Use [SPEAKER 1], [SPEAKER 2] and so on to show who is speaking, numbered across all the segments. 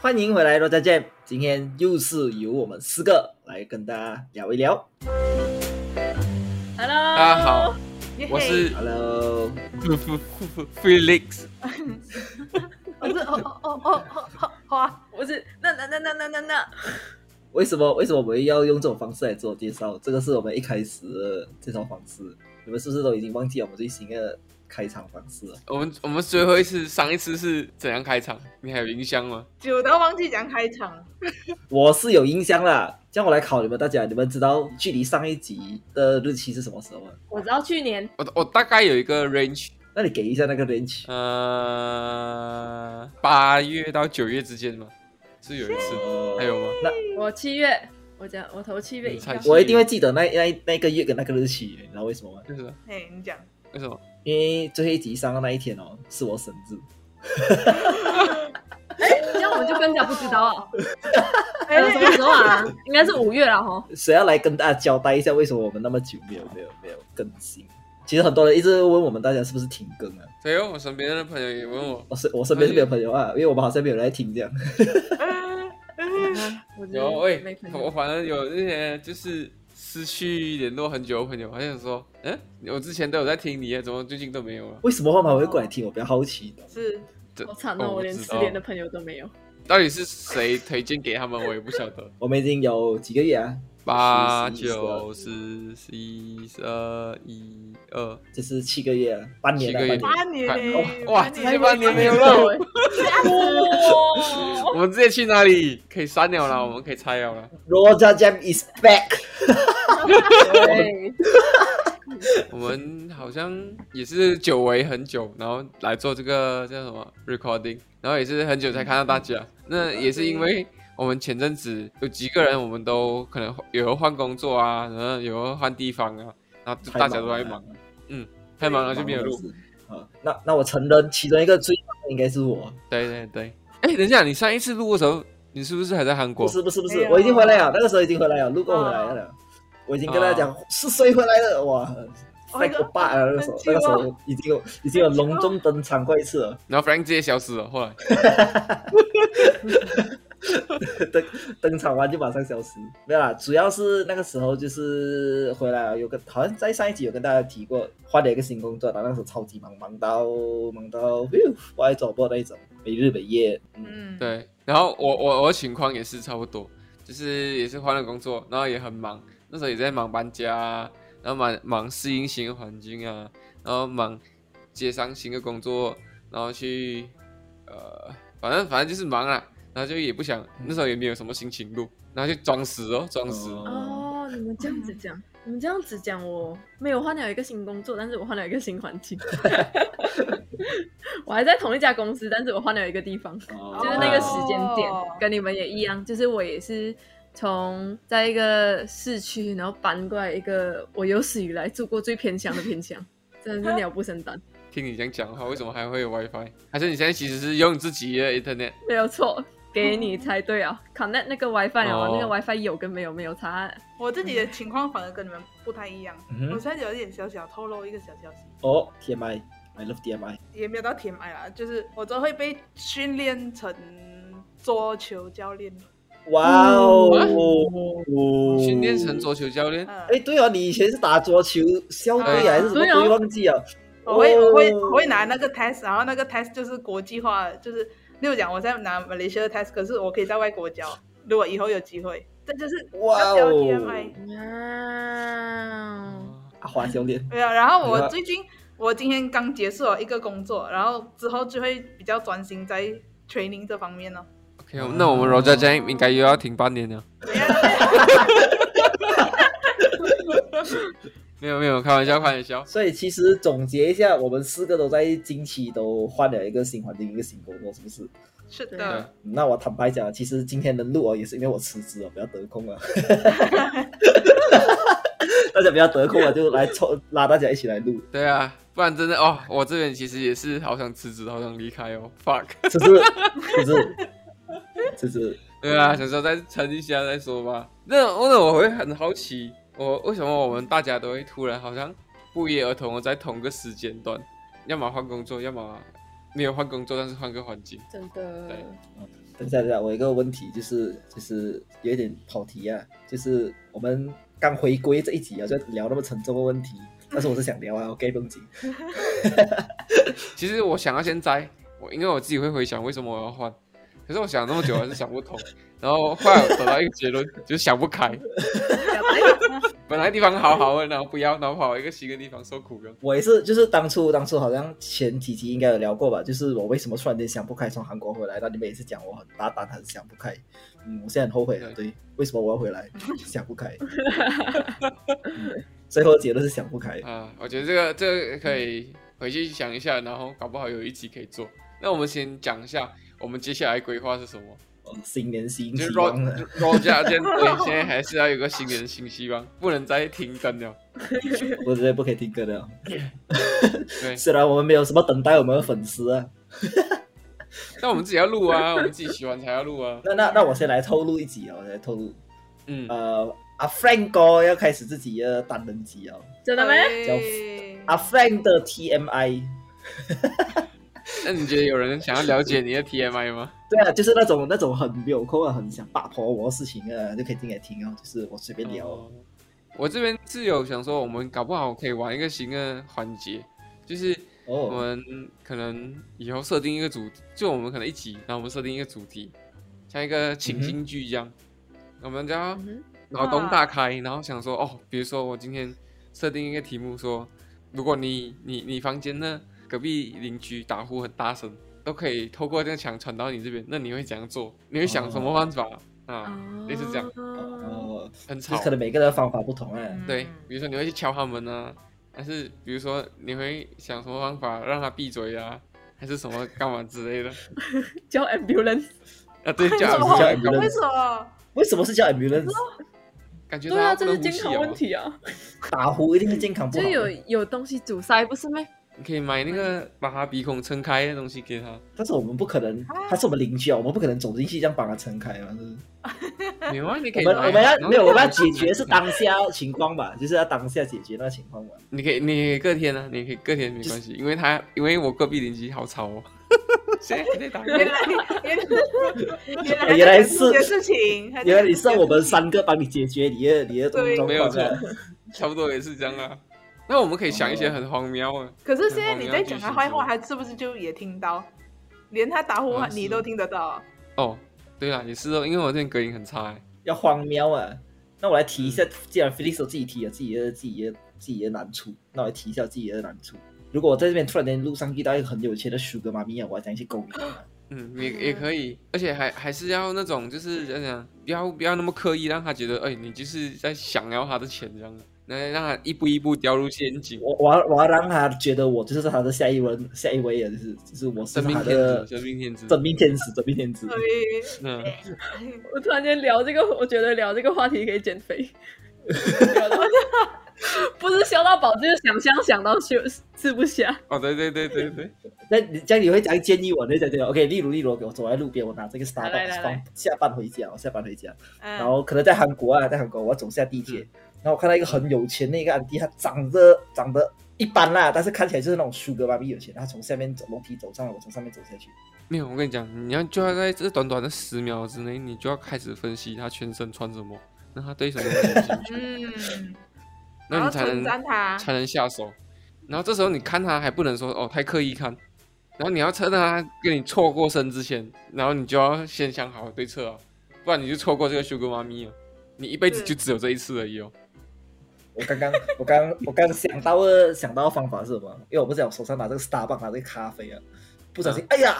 [SPEAKER 1] 欢迎回来，罗家健。今天又是由我们四个来跟大家聊一聊。
[SPEAKER 2] Hello，
[SPEAKER 3] 大家好，
[SPEAKER 2] 耶嘿
[SPEAKER 3] 我是
[SPEAKER 1] Hello，
[SPEAKER 3] Felix，
[SPEAKER 2] 我是哦哦哦哦哦花，我是那那那那那那那，
[SPEAKER 1] 为什么为什么我们要用这种方式来做介绍？这个是我们一开始的介绍方式。你们是不是都已经忘记我们最新的开场方式了？
[SPEAKER 3] 我们我们最后一次上一次是怎样开场？你还有印象吗？
[SPEAKER 2] 久到忘记讲开场，
[SPEAKER 1] 我是有印象啦，这样我来考你们大家，你们知道距离上一集的日期是什么时候吗？
[SPEAKER 2] 我知道去年
[SPEAKER 3] 我我大概有一个 range，
[SPEAKER 1] 那你给一下那个 range。
[SPEAKER 3] 呃，八月到九月之间嘛，是有一次，还有吗？
[SPEAKER 2] 我七月，我讲我投七月一票
[SPEAKER 3] 你，猜
[SPEAKER 1] 我一定会记得那那那个月跟那个日期，你知道为什么吗？
[SPEAKER 3] 为什么？
[SPEAKER 2] 嘿，你讲，
[SPEAKER 3] 为什么？
[SPEAKER 1] 因为最后一集上的那一天哦，是我生日。
[SPEAKER 4] 这样我们就更加不知道 啊，
[SPEAKER 2] 哎
[SPEAKER 4] 呃，什么时候啊？应该是五月了哈。
[SPEAKER 1] 谁要来跟大家交代一下，为什么我们那么久没有没有没有更新？其实很多人一直问我们大家是不是停更啊？
[SPEAKER 3] 对哦，我身边的朋友也问我，
[SPEAKER 1] 我身我身边是没有朋友啊，因为我们好像没有人来听这样。
[SPEAKER 3] 嗯
[SPEAKER 2] 哎
[SPEAKER 4] 嗯
[SPEAKER 2] 我觉
[SPEAKER 3] 有
[SPEAKER 2] 得
[SPEAKER 3] 喂
[SPEAKER 2] 没朋，
[SPEAKER 3] 我
[SPEAKER 2] 友，
[SPEAKER 3] 反正有那些就是失去联络很久的朋友，我还想说，嗯，我之前都有在听你耶，怎么最近都没有了？
[SPEAKER 1] 为什么后面会过来听？我比较好奇的。
[SPEAKER 2] 是
[SPEAKER 3] 这
[SPEAKER 4] 好惨
[SPEAKER 3] 哦
[SPEAKER 4] 哦，我连
[SPEAKER 3] 知
[SPEAKER 4] 失
[SPEAKER 3] 道
[SPEAKER 4] 联的朋友都没有。
[SPEAKER 3] 到底是谁推荐给他们，我也不晓得。
[SPEAKER 1] 我们已经有几个月啊，
[SPEAKER 3] 八
[SPEAKER 1] 十
[SPEAKER 3] 九十十一十二一二，
[SPEAKER 1] 就是七个月啊，半年
[SPEAKER 3] 七
[SPEAKER 1] 了、
[SPEAKER 3] 个月
[SPEAKER 1] 半年。
[SPEAKER 2] 八年嘞，
[SPEAKER 3] 哇，直接半年没有了。我们直接去哪里？可以删掉了，我们可以拆掉了。
[SPEAKER 1] Roger Jam is back，
[SPEAKER 4] 对，
[SPEAKER 3] 我们好像也是久违很久，然后来做这个叫什么 recording，然后也是很久才看到大家。那也是因为我们前阵子有几个人，我们都可能有人换工作啊，然后有人换地方啊，然后大家都在忙，太忙了就没有录。。
[SPEAKER 1] 啊，那那我承认其中一个最忙的应该是我，
[SPEAKER 3] 对对对，哎，等一下，你上一次录的时候，你是不是还在韩国
[SPEAKER 1] 不？是不是不
[SPEAKER 2] 没
[SPEAKER 1] 是，
[SPEAKER 2] 有
[SPEAKER 1] 我已经回来了，那个时候已经回来了，路过回来
[SPEAKER 3] 啊
[SPEAKER 1] 了。我已经跟大家讲是谁回来了，哇！
[SPEAKER 2] 那
[SPEAKER 1] 在
[SPEAKER 2] 哦个
[SPEAKER 1] 国霸
[SPEAKER 3] 呃
[SPEAKER 1] 啊，那个时候，那个时候已经有已经有隆重登场过一次了。
[SPEAKER 3] 然后 Frank 直接消失了，后来。
[SPEAKER 1] 登登场完就马上消失，没有啦。主要是那个时候就是回来了，有个好像在上一集有跟大家提过，换了一个新工作，然后那时候超级忙，忙到忙到，呃歪左播那一种，每日每夜。嗯，
[SPEAKER 2] 嗯，
[SPEAKER 3] 对，然后我我我的情况也是差不多，就是也是换了工作，然后也很忙，那时候也在忙搬家啊，然后忙忙适应新的环境啊，然后忙接上新的工作，然后去呃，反正反正就是忙啦，然后就也不想，那时候也没有什么心情录，然后就装死哦，装死。
[SPEAKER 4] 哦，你们这样子讲，你们这样子讲，我没有换了一个新工作，但是我换了一个新环 境。我还在同一家公司，但是我换了一个地方，
[SPEAKER 1] 哦
[SPEAKER 4] 就是那个时间点
[SPEAKER 2] 哦
[SPEAKER 4] 跟你们也一样，就是我也是。从在一个市区，然后搬过来一个我有史以来住过最偏乡的偏乡，真的是鸟不生蛋。
[SPEAKER 3] 听你这样讲的话，为什么还会有 WiFi？还是你现在其实是用你自己的 Internet？
[SPEAKER 4] 没有错，给你猜对 啊！Connect 那个 WiFi 啊，
[SPEAKER 3] 哦
[SPEAKER 4] 那个 WiFi 有跟没有没有差。
[SPEAKER 2] 我自己的情况反而跟你们不太一样，
[SPEAKER 1] 嗯哼
[SPEAKER 2] 我现在有一点小小透露一个小消息，
[SPEAKER 1] 哦，TMI，I love TMI。
[SPEAKER 2] 也没有到甜爱啦，就是我都会被训练成桌球教练，
[SPEAKER 1] 哇哦！
[SPEAKER 3] 训练成。桌球教练？
[SPEAKER 2] 嗯
[SPEAKER 1] 哎，对哦，你以前是打桌球校队啊，还是什么
[SPEAKER 4] 对哦
[SPEAKER 1] 队？忘记了。
[SPEAKER 2] 我会我会
[SPEAKER 1] 哦
[SPEAKER 2] 我会拿那个 test，然后那个 test 就是国际化，就是例如讲我在拿马来西亚的 test，可是我可以在外国教，如果以后有机会，这就是
[SPEAKER 1] 哇
[SPEAKER 2] 要教 TMI
[SPEAKER 1] 哦！
[SPEAKER 4] 哇！
[SPEAKER 1] 阿华教练，
[SPEAKER 2] 没有。啊然后
[SPEAKER 1] 明
[SPEAKER 2] 我
[SPEAKER 1] 白
[SPEAKER 2] 最近我今天刚结束了一个工作，然后之后就会比较专心在 training 这方面了。
[SPEAKER 3] OK，我们那我们 Roger j a m 应该又要停半年了。没有没有，开玩笑开玩笑。
[SPEAKER 1] 所以其实总结一下，我们四个都在近期都换了一个新环境，一个新工作，是不是？
[SPEAKER 2] 是
[SPEAKER 3] 对
[SPEAKER 2] 的，，
[SPEAKER 1] 那我坦白讲，其实今天能录哦，也是因为我辞职了，不要得空了。 大家不要得空了，就来凑拉大家一起来录。
[SPEAKER 3] 对啊，不然真的哦，我这边其实也是好想辞职，好想离开哦，fuck。
[SPEAKER 1] 辞职，辞职，辞职。
[SPEAKER 3] 对啊，想说再撑一下再说吧。那那我会很好奇，我为什么我们大家都会突然好像不约而同的在同个时间段，要么换工作，要么没有换工作，但是换个环境。
[SPEAKER 4] 真的
[SPEAKER 3] 对
[SPEAKER 1] 等一下，等一下，我有一个问题就是就是有一点跑题啊，就是我们刚回归这一集啊，就聊那么沉重的问题，但是我是想聊啊，OK，不用急。
[SPEAKER 3] 其实我想要先摘，我因为我自己会回想为什么我要换，可是我想了那么久还是想不通， 然后后来我得到一个结论，就是想不开。本来地方好好的，然后不要，然后跑一个新的地方受苦了。
[SPEAKER 1] 我也是，就是当初当初好像前几集应该有聊过吧，就是我为什么突然间想不开从韩国回来，那你们也是讲我很大胆，很想不开。嗯，我现在很后悔了，对，为什么我要回来？想不开。嗯最后结论是想不开。
[SPEAKER 3] 啊，我觉得这个这个可以回去想一下，然后搞不好有一集可以做。那我们先讲一下我们接下来规划是什么。
[SPEAKER 1] 哦新年新
[SPEAKER 3] 就是
[SPEAKER 1] 希
[SPEAKER 3] roll
[SPEAKER 1] 望了，
[SPEAKER 3] roll 加 建，对，现在还是要有个新年的新希望，不能再停更了。
[SPEAKER 1] 我觉得不可以听歌的哦。
[SPEAKER 3] 对，
[SPEAKER 1] 虽然我们没有什么等待我们的粉丝啊，
[SPEAKER 3] 但我们自己要录啊，我们自己喜欢才要录啊。
[SPEAKER 1] 那那那我先来透露一集啊，我先来透露，
[SPEAKER 3] 嗯，
[SPEAKER 1] 呃，阿 Frank 哥要开始自己的单人集哦，
[SPEAKER 4] 真的吗？
[SPEAKER 2] 哎
[SPEAKER 1] 阿 Frank 的 TMI，
[SPEAKER 3] 那你觉得有人想要了解你的 TMI 吗？
[SPEAKER 1] 对啊，就是那种那种很没有空啊，很想打破我的事情啊，就可以进来听哦，就是我随便聊哦。
[SPEAKER 3] 我这边是有想说，我们搞不好可以玩一个新的环节，就是我
[SPEAKER 1] 哦，
[SPEAKER 3] 们可能以后设定一个主题，就我们可能一集，然后我们设定一个主题，像一个情景剧一样，我们就要
[SPEAKER 4] 嗯
[SPEAKER 3] 脑洞大开，然后想说，哦，比如说我今天设定一个题目说，如果你你你房间呢隔壁邻居打呼很大声，都可以透过这个墙传到你这边，那你会怎样做？你会想什么办法、啊？
[SPEAKER 4] 哼，
[SPEAKER 3] 类似这样
[SPEAKER 4] 样。
[SPEAKER 1] 哦，
[SPEAKER 3] 很
[SPEAKER 1] 就
[SPEAKER 3] 吵
[SPEAKER 1] 是可，能每个人的方法不同啊。
[SPEAKER 3] 对，
[SPEAKER 2] 嗯
[SPEAKER 3] 比如说你会去敲他们啊，还是比如说你会想什么方法让他闭嘴啊，还是什么干嘛之类的？
[SPEAKER 4] 叫 ambulance，
[SPEAKER 3] 啊，对，
[SPEAKER 2] 为
[SPEAKER 3] 叫
[SPEAKER 2] 什么
[SPEAKER 1] 叫 ambulance
[SPEAKER 2] 哦为什么？
[SPEAKER 1] 为什么是叫 ambulance？
[SPEAKER 3] 感觉
[SPEAKER 4] 对啊，
[SPEAKER 3] 他不
[SPEAKER 4] 这是
[SPEAKER 3] 能呼
[SPEAKER 4] 健
[SPEAKER 3] 吸
[SPEAKER 4] 康
[SPEAKER 3] 哦
[SPEAKER 4] 问。题啊，
[SPEAKER 1] 打呼一定是健康不
[SPEAKER 4] 就
[SPEAKER 1] 好
[SPEAKER 4] 是
[SPEAKER 1] 的。
[SPEAKER 4] 有有东西阻塞，不是吗？
[SPEAKER 3] 你可以买那个把他鼻孔撑开的东西给他，
[SPEAKER 1] 但是我们不可能，他是我们邻居啊，我们不可能走进去这样把它撑开啊嘛。是不是
[SPEAKER 3] 没有啊，你可
[SPEAKER 1] 我
[SPEAKER 3] 以
[SPEAKER 1] 们
[SPEAKER 3] 买
[SPEAKER 1] 我们
[SPEAKER 3] 然
[SPEAKER 1] 要
[SPEAKER 3] 后
[SPEAKER 1] 没有，我们要
[SPEAKER 3] 你
[SPEAKER 1] 解决是当下情况吧，就是要当下解决那个情况吧。
[SPEAKER 3] 你可以，你隔天啊，你可以隔天没关系，因为他因为我隔壁邻居好吵哦，现在还在打
[SPEAKER 2] 原
[SPEAKER 3] 嗝。
[SPEAKER 2] 来原 来
[SPEAKER 1] 原来
[SPEAKER 2] 这
[SPEAKER 1] 是
[SPEAKER 2] 个事情，
[SPEAKER 1] 原来你是我们三个帮你解决你的你的状
[SPEAKER 2] 对
[SPEAKER 1] 况，啊
[SPEAKER 3] 没有错，差不多也是这样啊。那我们可以想一些很荒谬啊，
[SPEAKER 2] 可是现在你在讲他坏话，他是不是就也听到？连他打呼
[SPEAKER 3] 啊
[SPEAKER 2] 你
[SPEAKER 3] 是
[SPEAKER 2] 都听得到啊？
[SPEAKER 3] 哦，对啦，也是哦，因为我这边隔音很差、欸，
[SPEAKER 1] 要荒谬啊！那我来提一下，既然 Felix 都自己提了自己的自己的自己的难处，那我来提一下自己的难处。如果我在这边突然间路上遇到一个很有钱的 Sugar 妈咪啊，我要怎样去勾引她？
[SPEAKER 3] 嗯，也也可以，而且还还是要那种就是怎样，不要不要那么刻意让他觉得，哎、你就是在想要他的钱这样，那让他一步一步掉入陷阱，
[SPEAKER 1] 我我要我要让她觉得我就是她的下一轮下一位啊，就是就是我是
[SPEAKER 3] 真命
[SPEAKER 1] 她
[SPEAKER 3] 天子，
[SPEAKER 1] 的
[SPEAKER 3] 真命天子，
[SPEAKER 1] 真命天子，真命天 子
[SPEAKER 2] 所。以哎
[SPEAKER 3] 嗯，
[SPEAKER 4] 我突然间聊这个，我觉得聊这个话题可以减 肥。不是笑到饱，就是想象想到吃吃不下。
[SPEAKER 3] 哦，对对对对对，
[SPEAKER 1] 那你这样你会怎样建议我？你会怎样建议我？OK，例如例如，我走在路边，我拿这个
[SPEAKER 4] 来来
[SPEAKER 1] Starbucks
[SPEAKER 4] 来
[SPEAKER 1] 放下班回家，我下班回家，
[SPEAKER 2] 然
[SPEAKER 1] 然后可能在韩国啊，在韩国我要走下地铁，然后我看到一个很有钱的一个安迪，她长得长得一般啦，但是看起来就是那种 Sugar 妈咪有钱，她从下面走楼梯走上来，我从上面走下去。
[SPEAKER 3] 没有，我跟你讲，你要就要在这短短的十秒之内，你就要开始分析他全身穿什么，那他对什么东西有兴趣，
[SPEAKER 2] 嗯，
[SPEAKER 3] 那
[SPEAKER 2] 然
[SPEAKER 3] 你
[SPEAKER 2] 后
[SPEAKER 3] 才
[SPEAKER 2] 称
[SPEAKER 3] 能
[SPEAKER 2] 赞
[SPEAKER 4] 啊
[SPEAKER 2] 他，
[SPEAKER 3] 才能下手。然后这时候你看他还不能说哦太刻意看，然后你要趁他跟你错过身之前，然后你就要先想好对策啊，不然你就错过这个 Sugar 妈咪了，你一辈子
[SPEAKER 2] 对
[SPEAKER 3] 就只有这一次而已哦。
[SPEAKER 1] 我刚刚我刚我刚想到的想到的方法是什么？因为我不是讲手上拿这个 Starbucks 拿这个咖啡啊，不小心、哎呀，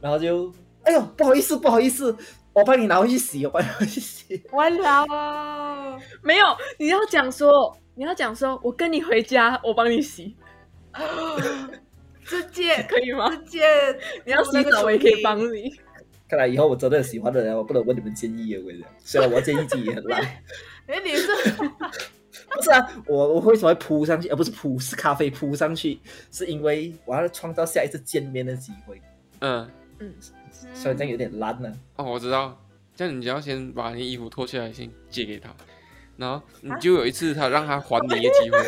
[SPEAKER 1] 然后就哎呦不好意思不好意思，我帮你拿回去洗，我帮你拿回去洗。
[SPEAKER 2] 完了哦，
[SPEAKER 4] 没有，你要讲说，你要讲说，我跟你回家，我帮你洗，
[SPEAKER 2] 直接
[SPEAKER 4] 可以吗？
[SPEAKER 2] 直接，
[SPEAKER 4] 你要洗澡，我也可以帮 你。
[SPEAKER 1] 看来以后我真的有喜欢的人，我不能问你们建议啊，我跟你讲，虽然我建议自己也很烂。
[SPEAKER 2] 哎，你是
[SPEAKER 1] 不是啊，我我为什么会扑上去？呃而、不是扑，是咖啡扑上去，是因为我要创造下一次见面的机会。
[SPEAKER 3] 嗯，
[SPEAKER 1] 虽然这样有点烂呢、啊
[SPEAKER 3] 哦我知道，这样你就要先把你衣服
[SPEAKER 4] 啊
[SPEAKER 3] 脱下来先借给他，然后你就有一次他让他还你的机会。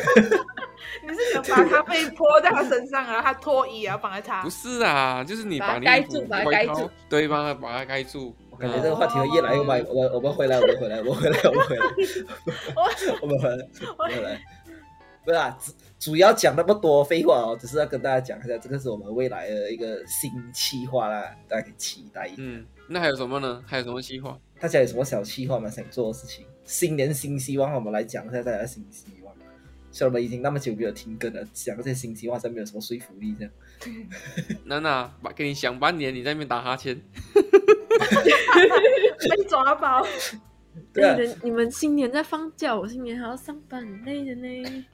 [SPEAKER 2] 你是想把咖啡泼在他身上，然啊后他脱衣，然后帮他擦
[SPEAKER 3] 不？是啊，就是你
[SPEAKER 4] 把它
[SPEAKER 3] 你
[SPEAKER 4] 盖
[SPEAKER 3] 衣服
[SPEAKER 4] 住把它
[SPEAKER 3] 外
[SPEAKER 4] 盖
[SPEAKER 3] 套
[SPEAKER 4] 住，
[SPEAKER 3] 对，帮它把它盖住。嗯
[SPEAKER 1] 我感觉这个话题会越来越歪。我我们回来，我们回来，我们回来，我们回来， 我们回来，我们回来。不是啊，主主要讲那么多废话哦，只是要跟大家讲一下，这个是我们未来的一个新计划啦，大家可以期待一下。
[SPEAKER 3] 嗯，那还有什么呢？还有什么计划？
[SPEAKER 1] 大家有什么小计划吗？想做的事情？新年新希望，我们来讲一下大家的新希望。虽然我们已经那么久没有停更了，讲这些新希望真没有什么说服力，这样。
[SPEAKER 3] 娜娜，把给你想半年，你在那边打哈欠。
[SPEAKER 2] 被抓 包，
[SPEAKER 1] 对啊
[SPEAKER 4] 累，人，你们新年在放假，我新年还要上班，累人 呢。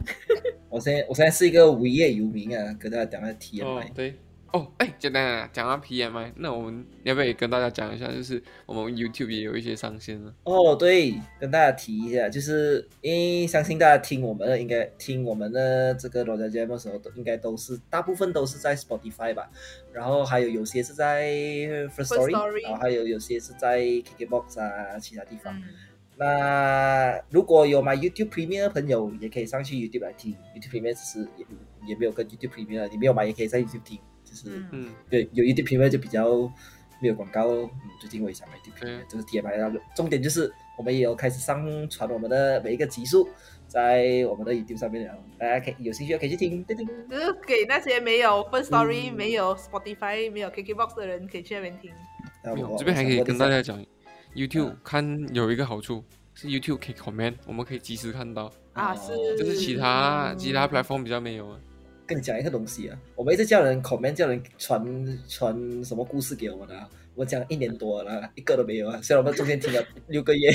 [SPEAKER 1] 我现在我现在是一个无业游民啊，跟大家讲一下 TMI。
[SPEAKER 3] 哦，对，哦，哎，简单啊，讲到 PMI，那我们要不要也跟大家讲一下？就是我们 YouTube 也有一些上线了。
[SPEAKER 1] 哦，对，跟大家提一下，就是因为相信大家听我们的，应该听我们的这个罗家节目的时候，都应该都是大部分都是在 Spotify 吧，然后还有有些是在 First
[SPEAKER 2] First
[SPEAKER 1] Story，,
[SPEAKER 2] Story
[SPEAKER 1] 然后还有有些是在 KKBox 啊，其他地方。
[SPEAKER 2] 嗯，
[SPEAKER 1] 那如果有买 YouTube Premium 的朋友，也可以上去 YouTube 来听。YouTube Premium 其实也也没有跟 YouTube Premium，啊你没有买也可以在 YouTube 听，就是、
[SPEAKER 2] 嗯
[SPEAKER 3] 嗯，
[SPEAKER 1] 对，有一定品牌就比较没有广告咯。嗯，最近我也想买一定品牌
[SPEAKER 3] 嗯，
[SPEAKER 1] 就是 TMI 那个。重点就是我们也有开始上传我们的每一个集数，在我们的 YouTube 上面了，大家可以有兴趣的可以去听。对对对
[SPEAKER 2] 就是给那些没有 First Story、
[SPEAKER 1] 嗯
[SPEAKER 2] 没有 Spotify、没有 KKBox 的人，可以去那边听。
[SPEAKER 1] 那
[SPEAKER 3] 没有
[SPEAKER 1] 我
[SPEAKER 3] 这边还可以
[SPEAKER 1] 我
[SPEAKER 3] 跟大家讲，YouTube
[SPEAKER 1] 嗯
[SPEAKER 3] 看有一个好处是 YouTube 可以 comment，我们可以及时看到，
[SPEAKER 2] 啊
[SPEAKER 1] 哦
[SPEAKER 2] 是
[SPEAKER 3] 这是其他其他
[SPEAKER 2] 嗯
[SPEAKER 3] platform 比较没有啊。
[SPEAKER 1] 跟你讲一个东西啊，我们一直叫人 comment，叫人传传什么故事给我们啊。我讲一年多了啊，一个都没有啊！虽然我们中间 停了六个月，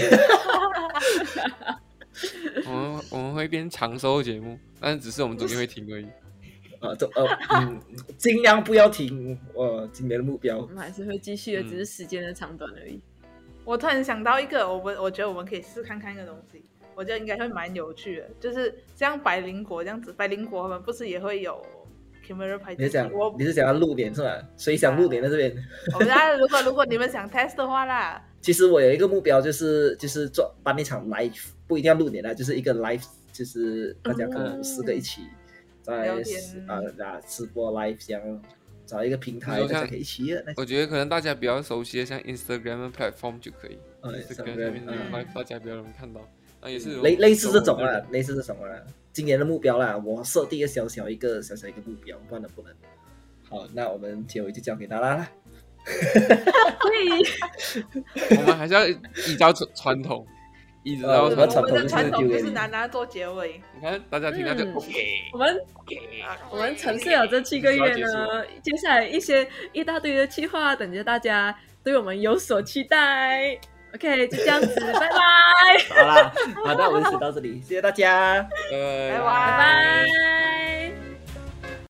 [SPEAKER 3] 我们我们会变长寿节目，但是只是我们中间会停而已。
[SPEAKER 1] 啊，这呃，嗯，尽量不要停，呃，今年的目标
[SPEAKER 4] 我。们还是会继续的，
[SPEAKER 3] 嗯
[SPEAKER 4] 只是时间的长短而已。
[SPEAKER 2] 我突然想到一个，我们我觉得我们可以试看看一个东西，我觉得应该会蛮有趣的，就是像百灵国这样子，百灵国他们不是也会有 camera 拍
[SPEAKER 1] 你是
[SPEAKER 2] 自己？
[SPEAKER 1] 讲
[SPEAKER 2] 我啊
[SPEAKER 1] 你是讲要露脸是吧？谁想露脸在这边？
[SPEAKER 2] 我们家如果如果你们想 test 的话啦，
[SPEAKER 1] 其实我有一个目标，就是就是做办一场 live，不一定要露脸啊，就是一个 live，就是大家可能
[SPEAKER 4] 嗯
[SPEAKER 1] 五四个一起
[SPEAKER 2] 聊
[SPEAKER 1] 在
[SPEAKER 2] 天
[SPEAKER 1] 啊啊直播 live 这样，找一个平
[SPEAKER 3] 你
[SPEAKER 1] 台
[SPEAKER 3] 说
[SPEAKER 1] 大
[SPEAKER 3] 像
[SPEAKER 1] 家可以一起的那
[SPEAKER 3] 我觉得可能大家比较熟悉的像 Instagram 的 platform 就可以
[SPEAKER 1] 呃
[SPEAKER 3] ，Instagram 上面
[SPEAKER 1] Instagram，
[SPEAKER 3] 的
[SPEAKER 1] 嗯
[SPEAKER 3] live 大家比较容易看到。那也是
[SPEAKER 1] 类类似这种
[SPEAKER 3] 啊
[SPEAKER 1] 啦，，类似这种啦。今年的目标啦，我设定一个小小一个小小一个目标，不然能不能？好，那我们结尾就交给娜娜啦。
[SPEAKER 3] 嗯
[SPEAKER 4] 对，
[SPEAKER 3] 我们还是要依照传传统，依
[SPEAKER 1] 呃
[SPEAKER 3] 照
[SPEAKER 1] 我
[SPEAKER 2] 我
[SPEAKER 1] 们
[SPEAKER 3] 传
[SPEAKER 1] 的
[SPEAKER 2] 们
[SPEAKER 1] 传统
[SPEAKER 3] 统
[SPEAKER 1] 就是丢给
[SPEAKER 2] 的传统就是
[SPEAKER 1] 你
[SPEAKER 2] 拿拿做结尾。
[SPEAKER 3] 你看大家听到就
[SPEAKER 4] 嗯
[SPEAKER 3] OK，
[SPEAKER 4] 我们我们沉睡了这七个月
[SPEAKER 3] 就要
[SPEAKER 4] 呢，接下来一些一大堆的计划等着大家，对我们有所期待。OK，就这样 子，拜拜，
[SPEAKER 1] 好啦，好，那我们就到这里，谢谢大家。
[SPEAKER 3] 呃
[SPEAKER 2] 拜
[SPEAKER 4] 拜拜。